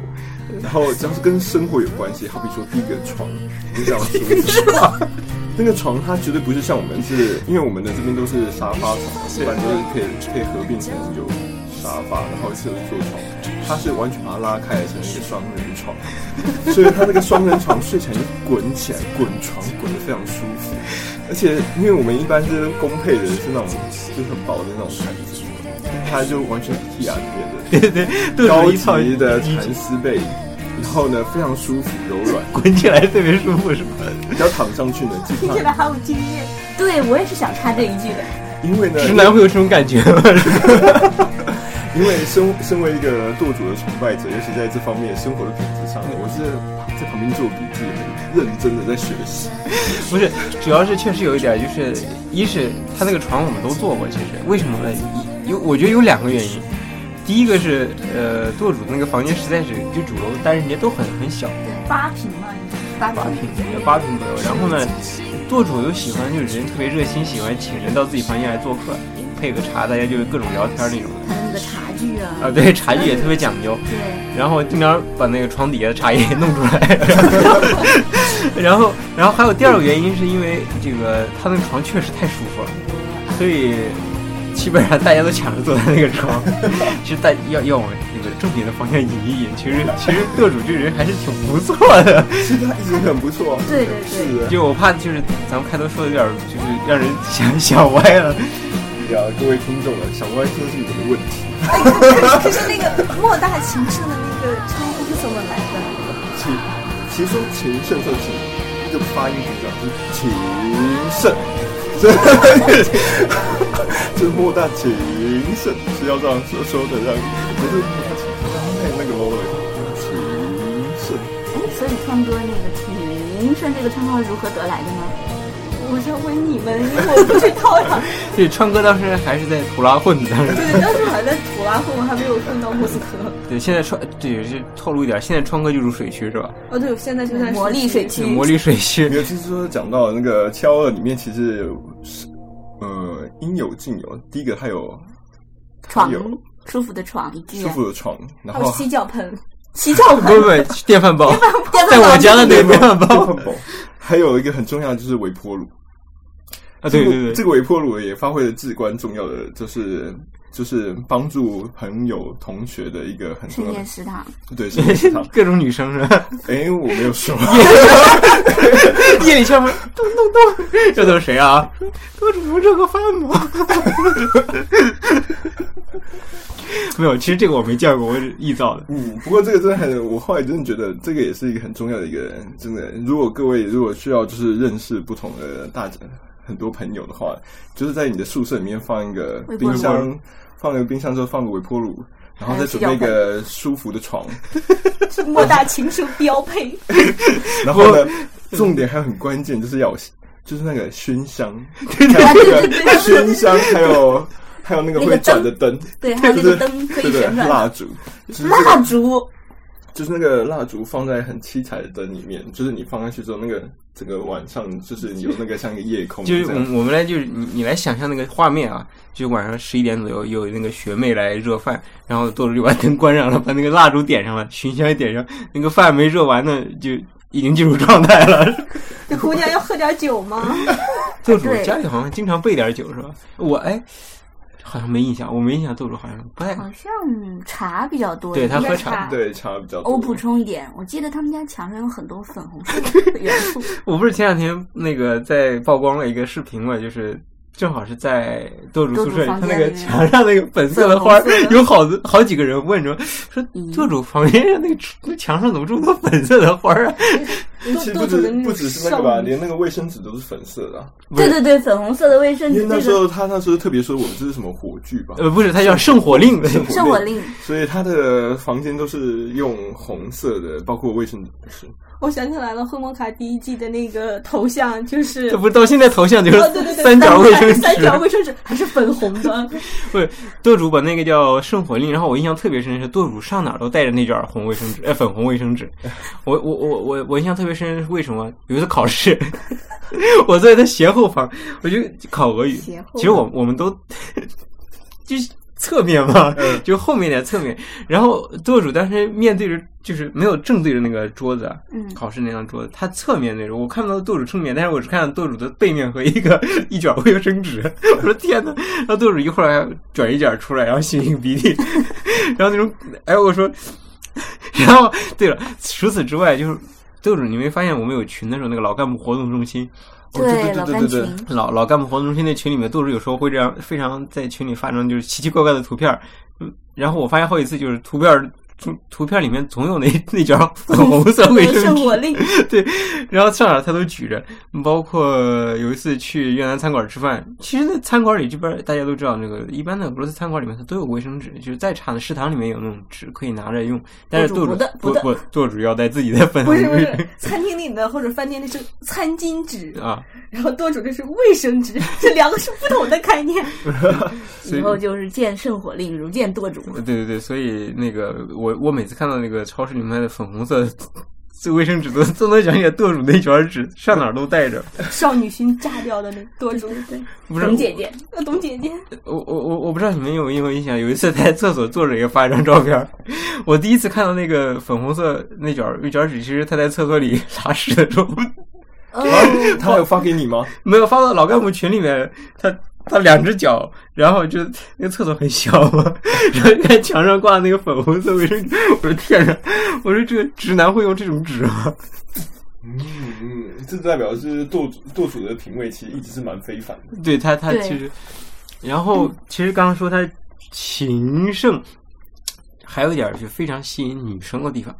然后只要是跟生活有关系，好比说第一个床，你这样说，那个床它绝对不是像我们是，因为我们的这边都是沙发床，一般都是可以可以合并成有沙发，然后是有坐床，它是完全把它拉开来成一个双人床，所以它那个双人床睡起来就滚起来，滚床滚得非常舒服，而且因为我们一般是公配人是那种就是很薄的那种毯子，它就完全比 T R 贴的
舵
高
主一套
级的蚕丝被，然后呢非常舒服柔软。
*laughs* 滚起来特别舒服，是吧？
只要躺上去呢，基
*laughs*
听
本
起来
上，
好有经验。
对我也是想插这一句的。
因为呢，
呃直男会有这种感觉 *laughs* 吗？
因为身身为一个舵主的崇拜者，尤其在这方面生活的品质上呢，我是在旁边做笔记，很认真的在学
*laughs*
习。
不是，主要是确实有一点，就是一是他那个床我们都做过，其实为什么呢？有我觉得有两个原因，第一个是呃舵主那个房间实在是就主楼，但是人家都很很小，
八平嘛，
八平八平左右。然后呢，舵主又喜欢就是人特别热心，喜欢请人到自己房间来做客，配个茶，大家就是各种聊天那种。
他的那个茶具啊，
啊，对，茶具也特别讲究。
对，
然后经常把那个床底下的茶叶弄出来， *laughs* 然后，然后还有第二个原因是因为这个他那个床确实太舒服了，所以基本上大家都抢着坐在那个床。 *laughs* 其实大要要往那个正经的方向引一引，其实其实舵主这人还是挺不错的，
其实他一直很不错。啊
对对对
是
就我怕就是咱们开头说的有点儿就是让人想想歪了。
呀，各位听众啊，小歪真的是有的问题，
可是那个莫大情圣的那个称呼是怎么来的？
请其实说情圣这是一个发音比较是情圣，这这莫大情圣是要这样说说的，让不是莫大情圣，配那个 logo 情圣，
哎，所以川哥那个庭顺这个称号是如何得来的呢？
我是要问你们，因为我不去操
*laughs*
场。
对，川哥当时还是在土拉混的，当时
对对，当时我还在土拉混，我还没有混到莫斯科。
对，现在川对是透露一点，现在川哥就住水区是吧？
哦，对，我现在就在
魔力水区
就魔力水区
你。有听说讲到那个七幺二里面，其实是呃应有尽有。第一个它有它
床
有
舒服的床一个，
舒服的床，然
还有
后
洗脚盆，
洗脚
不不，电饭煲，在我家的那个电饭煲
电饭煲还有一个很重要的就是微波炉。
啊，对
这个
对对，。
这个微波炉也发挥了至关重要的，就是就是帮助朋友同学的一个很重
深
要
夜
的
食堂，
对是夜食堂
*laughs* 各种女生是吧？
哎，我没有
*laughs*
说，
夜里敲门，咚咚咚，这都是谁啊？多主热个饭吗？没有，其实这个我没见过，我是臆造的。
嗯，不过这个真的很，我后来真的觉得这个也是一个很重要的一个，真的，如果各位如果需要就是认识不同的大家很多朋友的话，就是在你的宿舍里面放一个
微波
冰
炉
箱，放了个冰箱之后放个微波炉，然后再准备一个舒服的床，
是莫大情圣标配。
然后呢，重点还很关键，就是要有就是那个熏香，对
对对对
熏香，还有还有那个会转的灯，
对，还有那
就是
个灯可以
对对
旋转的
蜡烛，就是这
蜡
个
烛，
就是那个蜡烛放在很七彩的灯里面，就是你放上去之后，那个整个晚上就是有那个像一个夜空
就嗯
这
是我
样。
们我们来就是你你来想象那个画面啊，就晚上十一点左右有那个学妹来热饭，然后做着就把灯关上了，把那个蜡烛点上了，熏香也点上，那个饭没热完呢就已经进入状态 *laughs* 了。
这姑娘要喝点酒吗？
做主
对
家里好像经常备点酒是吧？我哎好像没印象，我没印象做主好像不太
好像茶比较多。
对他喝
应该
茶
茶，
对，差比较多。
我补充一点，我记得他们家墙上有很多粉红色
*laughs*
的元素，
我不是前两天那个在曝光了一个视频嘛，就是正好是在舵主宿舍里，他
舵主房
那
间
个
里面
墙上那个粉色的花
粉红色，的
有好多好几个人问着说
嗯，
舵主房间上那个那墙上怎么这么多粉色的花啊？
其实不
多多主
只
的那
不
种
只是那个吧，
少女
连那个卫生纸都是粉色的啊、
不
对
是
对对，粉红色的卫生
因为
纸，
那
那
时
个
候他那时候特别说我们这是什么火炬吧，
呃，不是，它叫圣火令，
圣火令，
所以他的房间都是用红色的，包括卫生纸也是。
我想起来了，《黑魔卡》第一季的那个头像就是
这。不到现在头像就是
哦，对对对，
三角卫生纸，
三角卫生纸还是粉红的，
不是舵主把那个叫圣火令，然后我印象特别深是舵主上哪儿都带着那卷红卫生纸，呃，粉红卫生纸。我我我我我印象特别深是为什么？有一次考试， *laughs* 我坐在他斜后方，我就考俄语。
斜后
其实我我们都 *laughs* 就是侧面嘛，就后面点侧面。然后舵主当时面对着就是没有正对着那个桌子啊，
嗯
考试那张桌子，他侧面那种，我看不到舵主正面，但是我只看到舵主的背面和一个 *laughs* 一卷卫生纸。 *laughs* 我说天哪！然后舵主一会儿还卷一卷出来，然后擤擤鼻涕， *laughs* 然后那种，哎，我说， *laughs* 然后对了，除此之外就是舵主，你没发现我们有群的时候，那个老干部活动中心，
哦对对
老
对
干
对对
群，
老老干部活动中心那群里面，舵主有时候会这样非常在群里发张就是奇奇怪怪的图片儿，嗯，然后我发现好几次就是图片儿图图片里面总有那那张粉 *laughs* 红色卫生
*laughs* 圣火
纸，
令，
对，然后上哪儿他都举着。包括有一次去越南餐馆吃饭，其实那餐馆里这边大家都知道，那个一般的俄罗斯餐馆里面它都有卫生纸，就是再差的食堂里面有那种纸可以拿着用，但是舵
不
主
主不的不
不
的
不舵主要带自己的粉
不
红
是不
纸 *laughs*
是，餐厅里的或者饭店里是餐巾纸，
啊，
然后多种就是卫生纸，这两个是不同的概念。
所
以
以
后就是见圣火令，如见舵主。
对对对，所以那个我我每次看到那个超市里面卖的粉红色。 *laughs* 这卫生纸都都能想起来舵主那卷纸，上哪儿都带着。
少女心炸
*laughs*
掉的那多种，对，
不是
董姐姐，呃，董姐姐，
我我我我不知道你们有没有印象，有一次在厕所坐着也发一张照片儿，我第一次看到那个粉红色那卷儿那卷儿纸，其实他在厕所里 *laughs* 拉屎的时候，
他还有发给你吗？
没有发到老干部群里面，他他两只脚，然后就那个厕所很小嘛，然后看墙上挂那个粉红色卫生纸，我说天哪，我说这个直男会用这种纸吗？ *laughs*
嗯嗯，这代表是舵主舵主的品味其实一直是蛮非凡的。
对他，他
对
其实，然后其实刚刚说他情圣，还有一点儿就非常吸引女生的地方。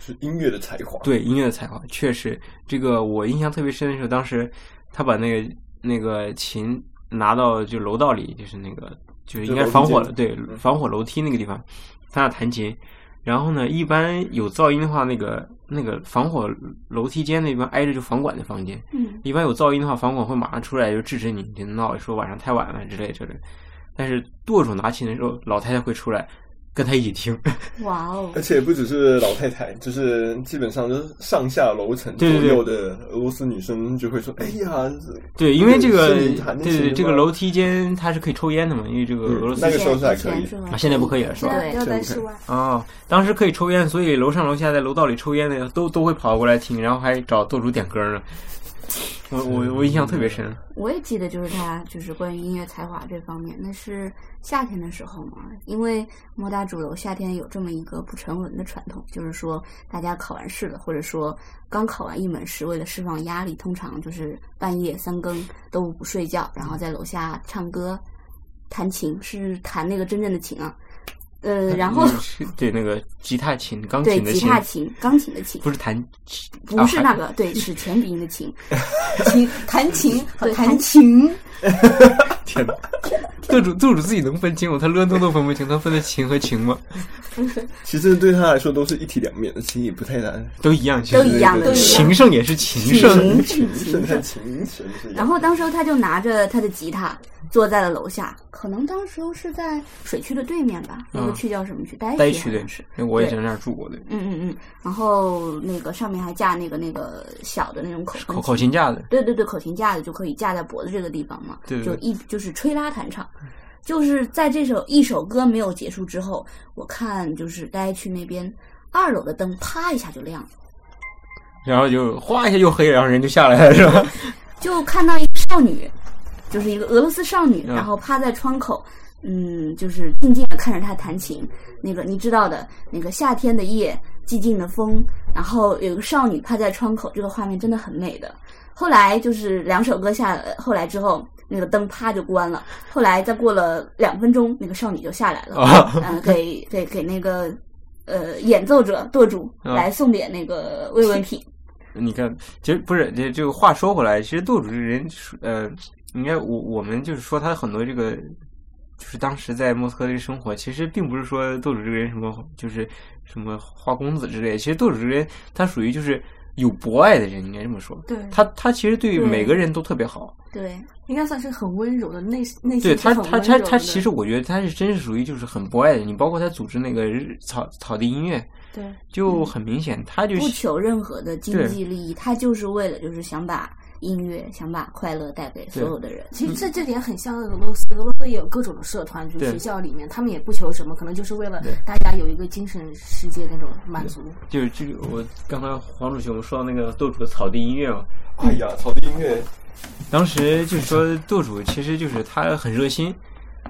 是音乐的才华，
对音乐的才华，确实，这个我印象特别深的是，当时他把那个那个琴拿到就楼道里，就是那个就是应该是防火了，
就楼梯
对
间嗯
防火楼梯那个地方，他那弹琴。然后呢，一般有噪音的话，那个那个防火楼梯间那边挨着就房管的房间，
嗯，
一般有噪音的话，房管会马上出来就制止你，你闹说晚上太晚了之类之类。但是舵主拿琴的时候，老太太会出来跟他一起听，
哇哦
而！且不只是老太太，就是基本上就是上下楼层左
对对对
右的俄罗斯女生就会说：“哎呀，
对，因为这个
森
对
林弹那
对
琴
对，
吗
这个楼梯间它是可以抽烟的嘛，因为这个俄罗斯
那个时候是还可以
以前是吗
啊现在不可以了是吧
对
要在
真
室
不
外，
哦，当时可以抽烟，所以楼上楼下在楼道里抽烟的都都会跑过来听，然后还找舵主点歌呢。我我我印象特别深，
我也记得，就是他，就是关于音乐才华这方面，那是夏天的时候嘛。因为莫大主流夏天有这么一个不成文的传统，就是说大家考完试了，或者说刚考完一门试，为了释放压力，通常就是半夜三更都不睡觉，然后在楼下唱歌、弹琴，是弹那个真正的琴啊。呃，然后
嗯是对那个吉他琴、钢
对
琴的
吉
琴，
他琴、钢琴的琴，
不是弹琴，
不是
啊
那
还
个，对，是前鼻音
*laughs*
的琴，
琴弹琴，
对
弹
弹
琴，
天哪！舵主舵主自己能分清我，他乐都都分不清，他分得琴和情吗？
其实对他来说都是一体两面的，其实也不太难。
都一样，其
都
实
一样，
对
都
对
一样
情。圣也是情圣，
琴
情
琴
圣和情神是一样的
然后当时候他就拿着他的吉他坐在了楼下，可能当时候是在水区的对面吧，那个
嗯
区叫什么区？呆
呆
区
区
好
的
像是。，
我也在那儿住过的，
嗯嗯嗯。然后那个上面还架那个那个小的那种口
考考琴架的，
对对对，口琴架子就可以架在脖子这个地方嘛，
对对
就一就是吹拉弹唱，就是在这首一首歌没有结束之后，我看就是该去那边二楼的灯啪一下就亮了，
然后就哗一下又黑，然后人就下
*laughs*
来了，是吧？
就看到一个少女，就是一个俄罗斯少女，
嗯
然后趴在窗口。嗯，就是静静的看着她弹琴，那个你知道的，那个夏天的夜，寂静的风，然后有个少女趴在窗口，这个画面真的很美的。后来就是两首歌下，呃后来之后那个灯啪就关了。后来再过了两分钟，那个少女就下来了，
啊
嗯、给给给那个呃演奏者舵主
啊
来送点那个慰问品。
你看，其实不是，这这个话说回来，其实舵主这人属，呃，应该我我们就是说他很多这个，就是当时在莫斯科这个生活，其实并不是说舵主这个人什么就是什么花公子之类，其实舵主这个人他属于就是有博爱的人，应该这么说。
对
他他其实对
对
每个人都特别好，
对，
应该算是很温柔的内内心
对
是
他
很
他
温
他
柔
他
的
其实我觉得他是真是属于就是很博爱的人，你包括他组织那个日草草地音乐，
对
就很明显他就
不
喜
求任何的经
对
济利益，他就是为了就是想把音乐、想把快乐带给所有的人。
其实这这点很像俄罗斯，俄罗斯也有各种的社团，就是
嗯对
学校里面，他们也不求什么，可能就是为了
对
大家有一个精神世界那种满足。
就是这个我刚才黄主席我们说到那个舵主的草地音乐嘛。
哎呀，草地音乐
当时就是说，舵主其实就是他很热心，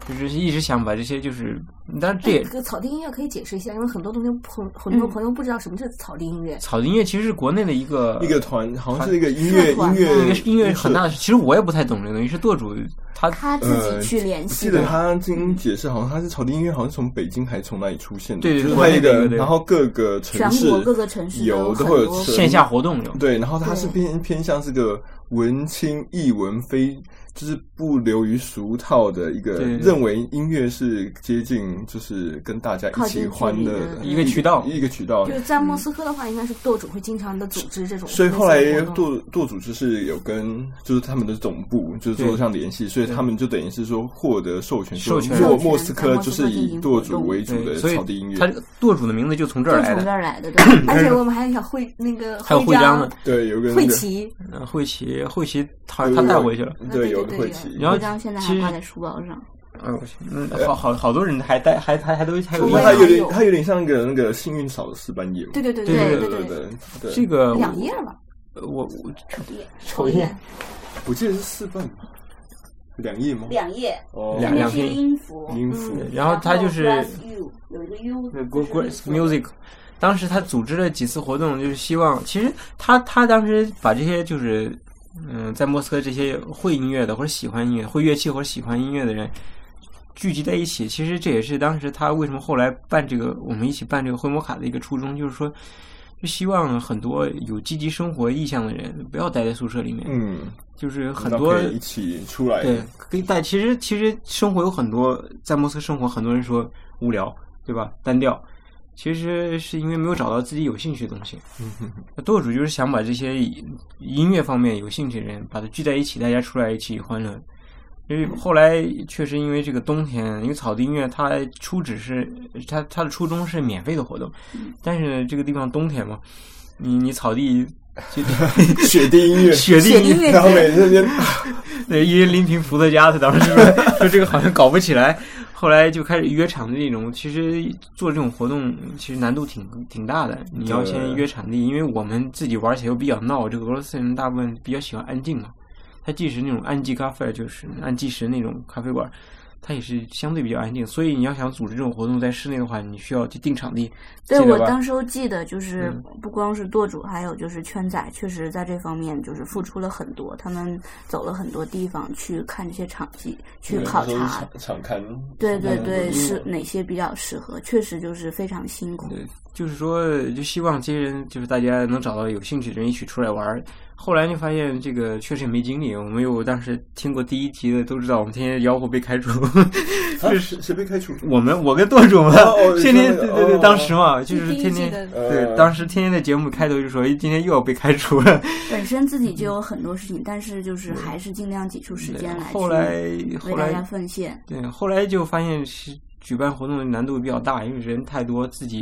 就是一直想把这些就是但是这也
哎个草地音乐可以解释一下，因为很多东西朋很多朋友不知道什么是草地音乐。
草地音乐其实是国内的一个
一个团好像是一个音乐
社团啊
音
一
乐
个是音乐很大的，其实我也不太懂这个东西，是舵主他
他自己去联
我
系
呃记
的
得。他经解释，好像他是草地音乐，好像是从北京还是从哪里出现的？
对对
就是
国
它
内
一
对
个
对，对
然后各个城市
全国各个城市
有都
都有
会
很多
有
线下活动有。
对，然后它是偏偏向是个文青艺文非，就是不流于俗套的一个
对，
认为音乐是接近就是跟大家一
靠
起
近距
欢
离
乐
的
的
一个渠道
一个渠道
就。是在莫斯科的话，应该是舵主会经常的组织这种类
所
似
以
的活
后
动。
来舵舵主就是有跟就是他们的总部就是做上联系，所以他们就等于是说获得授权，
授权
说
授
莫
权
莫斯科
在莫
就
斯科
是
进
以
行
舵
活
主
动
为主
对，
的
所以
草地音
他
乐
这。个舵主的名字就从这
就
儿来
从这
的。
儿来的，对，
而且我们还有小会那个
还有徽
徽
章
章
呢、
对，有个
会
那个
旗，
嗯，会旗会旗他
有
他
个
带回去了。
对，
对
有个
对对
会
有
旗。
然后
徽章现在
其
还
实
挂在书包上。
哎我去，嗯，好好好多人还带还还还都还有
我
一
觉得它
也
有
还
点，
有
它有点像一个那个幸运草的四半夜嘛。
对对对
对
对
对
对，
对
这个
两页吧，
我我
抽
一
烟
下，
我记得是四瓣吧，两页吗？
两页，
哦，
两
那
两
是一个
页
音符，
音符
对然后他就是
plus U，有一个 U，
那
就是
Great
那个
Music，当时他组织了几次活动，就是希望，其实他他当时把这些就是，嗯，在莫斯科这些会音乐的或者喜欢音乐、会乐器或者喜欢音乐的人聚集在一起，其实这也是当时他为什么后来办这个我们一起办这个灰摩卡的一个初衷，就是说，就希望很多有积极生活意向的人不要待在宿舍里面，
嗯，
就是很
那
多
可以一起出来，
对，可以带。其实其实生活有很多，在莫斯科生活，很多人说无聊，对吧？单调，其实是因为没有找到自己有兴趣的东西。
嗯
那舵主就是想把这些音乐方面有兴趣的人，把它聚在一起，大家出来一起欢乐。因为后来确实因为这个冬天，因为草地音乐它初只是它它的初衷是免费的活动，但是这个地方冬天嘛，你你草地就
雪地音乐，
雪地音乐
然后每那边
*laughs* 对，因为林平伏特加，他当时说说这个好像搞不起来，后来就开始约场地这种。其实做这种活动，其实难度挺挺大的。你要先
对
约场地，因为我们自己玩起来又比较闹。这个俄罗斯人大部分比较喜欢安静嘛，他即使那种按季咖啡，就是按计时那种咖啡馆，它也是相对比较安静。所以你要想组织这种活动在室内的话，你需要去定场地。
对
记得
我
吧
当时候记得，就是
嗯
不光是舵主，还有就是圈仔，确实在这方面就是付出了很多，他们走了很多地方去看这些场地，去考
那时候是
察。
场场刊，
对对
嗯
对，
嗯
是哪些比较适合？确实就是非常辛苦。
对，就是说，就希望这些人，就是大家能找到有兴趣的人一起出来玩儿。后来就发现这个确实也没精力，我们有当时听过第一集的都知道，我们天天吆喝被开除。 *laughs*
啊谁谁被开除？
我们我跟舵主嘛
哦哦，
天天
你说
对
那个
对对，
哦
当时嘛，就
这
是
第一
天
季
天
的。
*laughs* 呃
对，当时天天在节目开头就说，哎今天又要被开除了。 *laughs*
本身自
嗯
己就有很多事情，但是就是还是尽量挤出时间来
后来
去
后
为大家
来
奉献。
对，后来就发现是举办活动的难度比较大，因为人太多，自己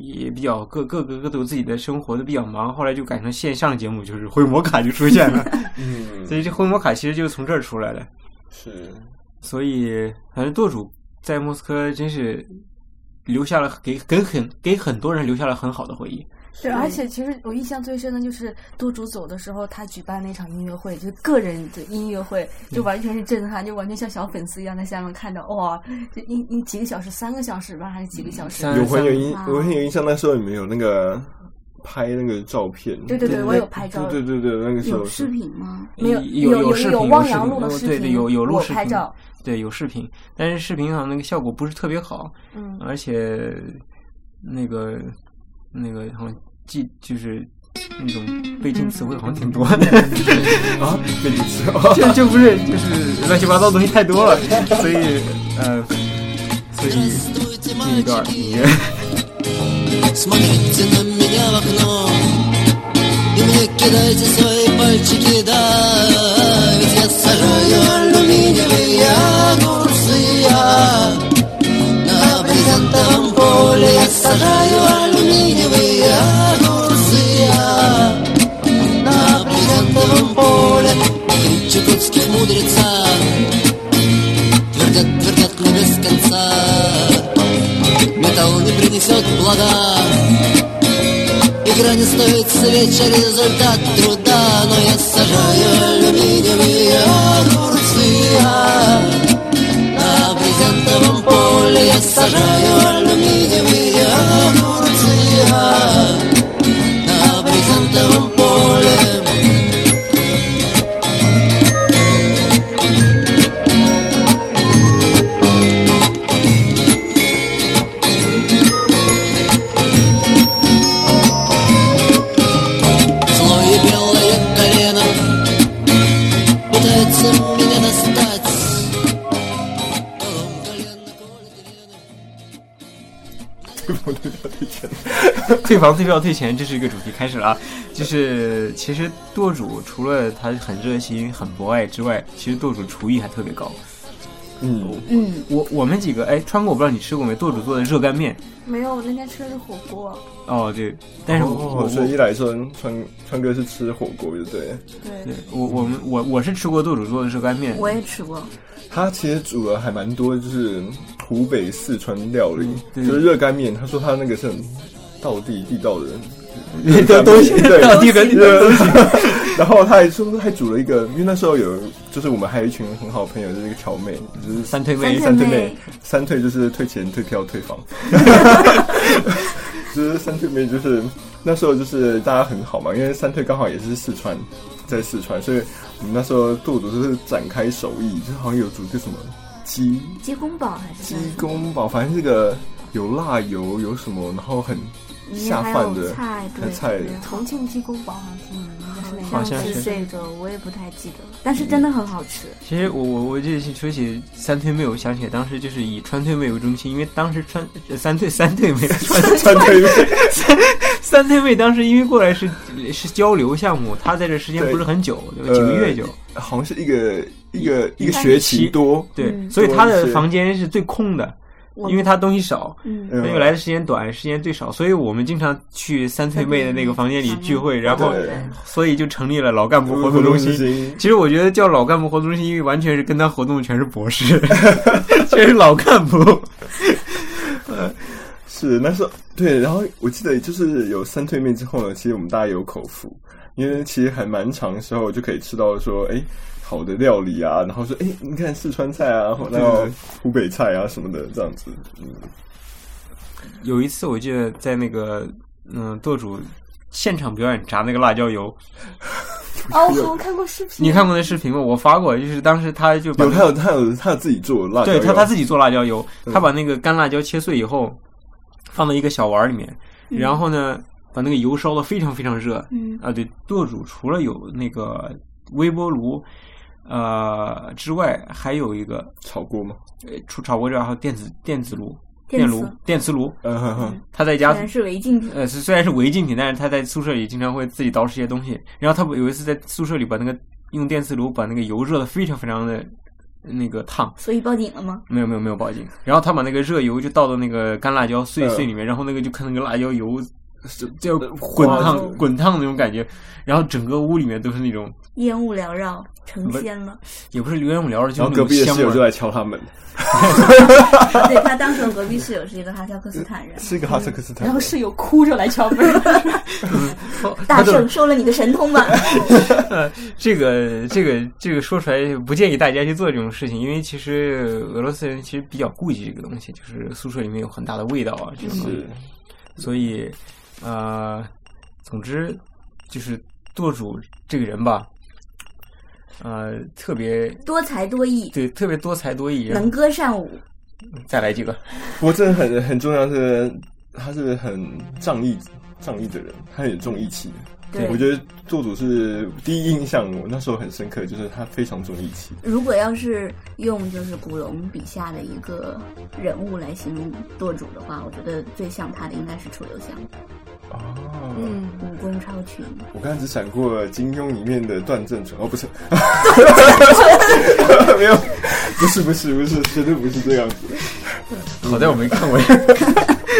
也比较各各个各都有自己的生活都比较忙，后来就改成线上节目，就是灰魔卡就出现了。
嗯
所以这灰魔卡其实就是从这儿出来的。
是
所以，反正舵主在莫斯科真是留下了给给很给很多人留下了很好的回忆。
对，而且其实我印象最深的就是舵主走的时候，他举办那场音乐会，就是个人的音乐会，就完全是震撼，就完全像小粉丝一样在下面看着，哇，这一一几个小时，三个小时吧，还是几个小
嗯
时？
三
有很有印
啊，
我很有印象，那时候你们有那个拍那个照片，
对对
对
对，我有拍照，
对对对，那个时
有
候
视频吗？
没有
有
有
视频
有
有
汪
视
洋
频
录了
有
视
对对
频
有有录
我
视
拍
频
照，
对有视频，但是视频上那个效果不是特别好，
嗯，
而且那个那个好像记就是那种背景词汇好像挺多的，
*laughs* 啊，被你知道，
*laughs* 就就不是就是乱七八糟东西太多了，所以呃，所以这一段 *laughs* 音乐。
Смотрите на меня в окно И мне кидайте свои пальчики, да Ведь я сажаю алюминиевые огурцы я На брезентовом поле я сажаю алюминиевые огурцы я На брезентовом поле Кричат тутские мудреца Твердят, твердят мне без конца Металл не принесет блага Игра не стоит свеча, результат труда Но я сажаю алюминиевые огурцы я. На брезентовом поле я сажаю
退房退票退钱。
退房、退票、退钱，这是一个主题，开始了啊！就是其实舵主除了他很热心、很博爱之外，其实舵主厨艺还特别高。
嗯，
嗯，
我我们几个，哎，川哥，我不知道你吃过没？舵主做的热干面，
没有，我那天吃的是火锅。
哦，对，但是我、
哦，
我
所以一来说，川川哥是吃火锅就对了。
对
对，我我们我我是吃过舵主做的热干面，
我也吃过，
他其实煮了还蛮多，就是湖北、四川料理，
嗯对
就是热干面。他说他那个是很道地地道
*laughs*
的，
这东西
对
到地跟
热 *laughs* 然后他还说还煮了一个，因为那时候有，就是我们还有一群很好的朋友，就是一个乔妹，就是
三推妹，
三退
妹
妹，三退就是退钱、退票、
*laughs*
退房，就是三退妹，就是那时候就是大家很好嘛，因为三退刚好也是四川，在四川，所以我们那时候舵主就是展开手艺，就是好像有煮个什么鸡
嗯
鸡公煲还是
鸡
什么
公煲，反正这个有辣油有什么，然后很
里面
下
还
饭
有
的
菜，
那
对，
菜
对
重庆鸡公煲好像听你们是那
好
好
像
像
是
是这个，我也不太记得，但是真的很好吃。
其实我我我这说起三推妹，我想起来当时就是以川退妹为中心，因为当时川呃三退三退 *laughs* 妹川
三退妹，
*laughs* 三推妹当时因为过来是是交流项目，她在这时间不是很久，对吧？
呃
几个月就
好像是一个一个一个
一
学期多，
对，
嗯
所以她
多一
的
些
房间是最空的，
我
因为她东西少，
嗯，
嗯
所以来的时间短，时间最少，所以我们经常去三推妹的那个房间里聚会，然后
对
所以就成立了老干部活动中心。
心
其实我觉得叫老干部活动中心，因为完全是跟他活动的全是博 *laughs* 士，全是老干部。
是那时候对，然后我记得就是有三退面之后呢，其实我们大家有口福，因为其实还蛮长时候就可以吃到说，哎，好的料理啊，然后说，哎，你看四川菜啊，然后湖北菜啊什么的这样子，嗯，
有一次我记得在那个嗯，舵主现场表演炸那个辣椒油，
哦， *laughs* 我好像看过视频。
你看过那视频吗？我发过，就是当时他就把
有
那
他有他有啊他有自己做辣椒
对
油，
他他自己做辣椒油，
嗯
他把那个干辣椒切碎以后，放到一个小碗里面，
嗯
然后呢，把那个油烧的非常非常热。
嗯
啊，对，舵主除了有那个微波炉。呃，之外还有一个，
炒锅吗？
呃，除炒锅之外还有电子电子炉、
电
电
磁
炉、电磁炉。
嗯哼哼，
他在
虽
家
然是违禁品，
呃，虽虽然是违禁品，但是他在宿舍里经常会自己捯饬一些东西。然后他有一次在宿舍里把那个用电磁炉把那个油热的非常非常的那个烫，
所以报警了吗？
没有没有没有报警。然后他把那个热油就倒到那个干辣椒碎
嗯
碎里面，然后那个就看那个辣椒油就就滚烫滚烫那种感觉，然后整个屋里面都是那种
烟雾缭绕，成仙了。
也不是流烟聊的，就是
然后
那
隔
种
壁的
香啊
室
味
友就
儿。
来敲他们，
对他当时我隔壁室友是一个哈萨克斯坦人，
是一个哈萨克斯坦
嗯然
人
后，室友哭着来敲门，
*laughs* 大圣收了你的神通吧？
*laughs* 这个这个这个说出来不建议大家去做这种事情，因为其实俄罗斯人其实比较顾忌这个东西，就是宿舍里面有很大的味道啊，这种东西
是
所以，呃，总之就是舵主这个人吧，呃，特别
多才多艺，
对，特别多才多艺。然
能
后
歌善舞，
再来几个，
不过真的很很重要是，他是很仗义仗义的人，他很有重义气。
对
我觉得做主是第一印象，我那时候很深刻，就是他非常重义气。
如果要是用就是古龙笔下的一个人物来形容舵主的话，我觉得最像他的应该是楚留香，
哦，
嗯，
武功超群。
我刚才只闪过金庸里面的段正淳，哦，不
*laughs*
是，没有，不是，不是，不是，绝对不是这样子。
好在我没看过，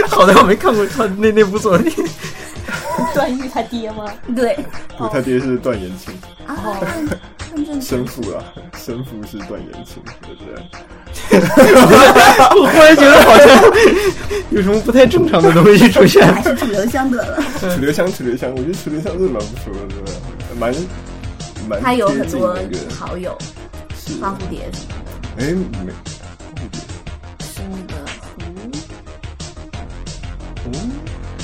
好在我没看过他那那部作品。
段誉他爹吗？
*laughs* 对
对，他爹是段延庆，
啊，段正
生父啊，生父是段延庆，对不对？
我忽然觉得好像有什么不太正常的东西出现。
还是楚留香得了，
楚留香，楚留香，我觉得楚留香是蛮不错的，蛮蛮
他有
贴
很
近
多
那个
好友，
是
花蝴蝶什么的，
哎没
是那个胡
嗯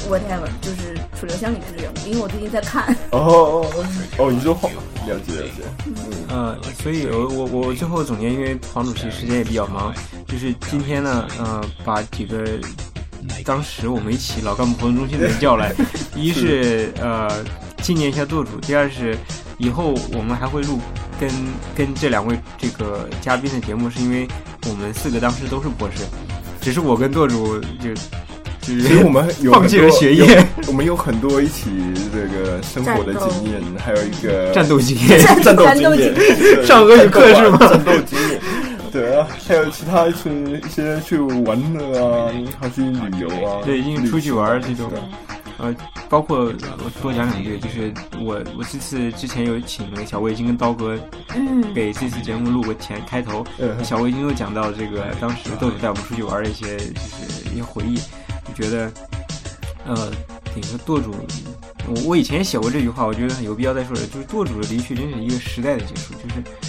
whatever，就是楚留香里面的人物，因为我最近在看，
哦哦哦，你说黄了解了解，
呃，所以我我我最后总结，因为黄主席时间也比较忙，就是今天呢，呃，把几个当时我们一起老干部活动中心的人叫来，一是呃纪念一下舵主，第二是以后我们还会录跟跟这两位这个嘉宾的节目，是因为我们四个当时都是博士，只是我跟舵主就。其
其实我们有
放弃了学业，
我们有很多一起这个生活的经验，还有一个
战斗经验，
战斗经验，对
上俄语课是吗
战斗经验，对啊，还有其他去一些去玩的啊，还去旅游啊，
对，因为出去玩儿这种
对啊，
呃，包括我多讲两句，就是我我这次之前有请那个小魏京跟刀哥
嗯，
给这次节目录过前开头，
嗯
小魏京又讲到这个当时豆豆带我们出去玩的一些就是一些回忆，我觉得，呃，那个舵主，我我以前写过这句话，我觉得很有必要再说一下，就是舵主的离去真是一个时代的结束，就是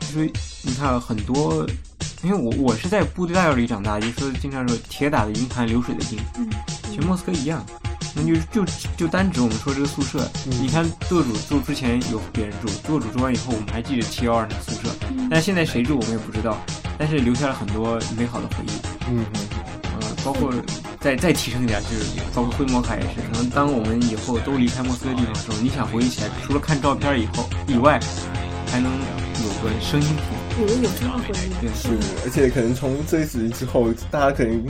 就是你看很多，因为我我是在部队大院里长大，就说经常说铁打的营盘流水的兵，其实莫斯科一样。那就就就单指我们说这个宿舍，你看舵主住之前有别人住，舵主住完以后，我们还记得七幺二那个宿舍，
嗯
但是现在谁住我们也不知道，但是留下了很多美好的回忆。
嗯，
呃，包括
嗯
再再提升一点，就是包括灰摩卡也是。可能当我们以后都离开莫斯科地方的时候，你想回忆起来，除了看照片以后以外，还能有个声音听。
有有这么回忆。
对，
是，而且可能从这一集之后，大家可能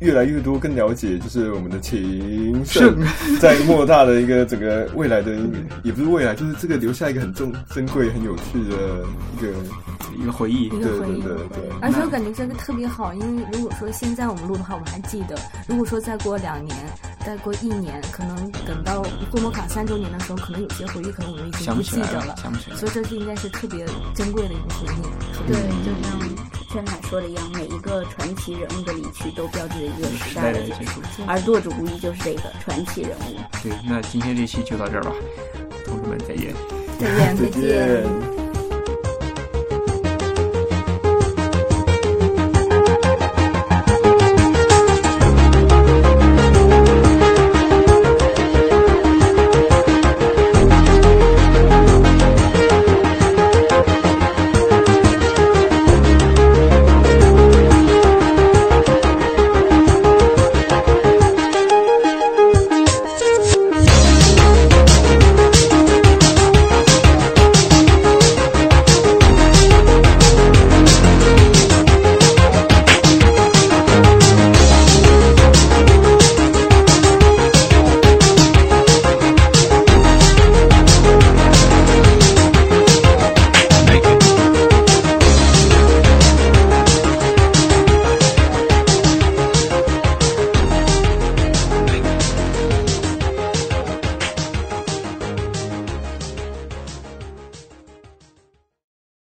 越来越多更了解，就是我们的情圣在莫大的一个整个未来的，也不是未来，就是这个留下一个很重、珍贵、很有趣的一个，
一个回忆。
一
对
个回
对
忆。
对对。
嗯
而且我感觉这个特别好，因为如果说现在我们录的话，我们还记得；如果说再过两年，再过一年，可能等到过摩卡三周年的时候，可能有些回忆可能我们已经
想
不
不起
记
来
得
了，想不起来
所
了。
以这是应该是特别珍贵的一个回忆。
对，就像轩凯说的一样，每一个传奇人物的离去都标志着一个时
时
代
代
的
的
结
结
束，
束。
而舵主无疑就是这个传奇人物。
对，那今天这期就到这儿吧，同志们再见。
再见，
再见。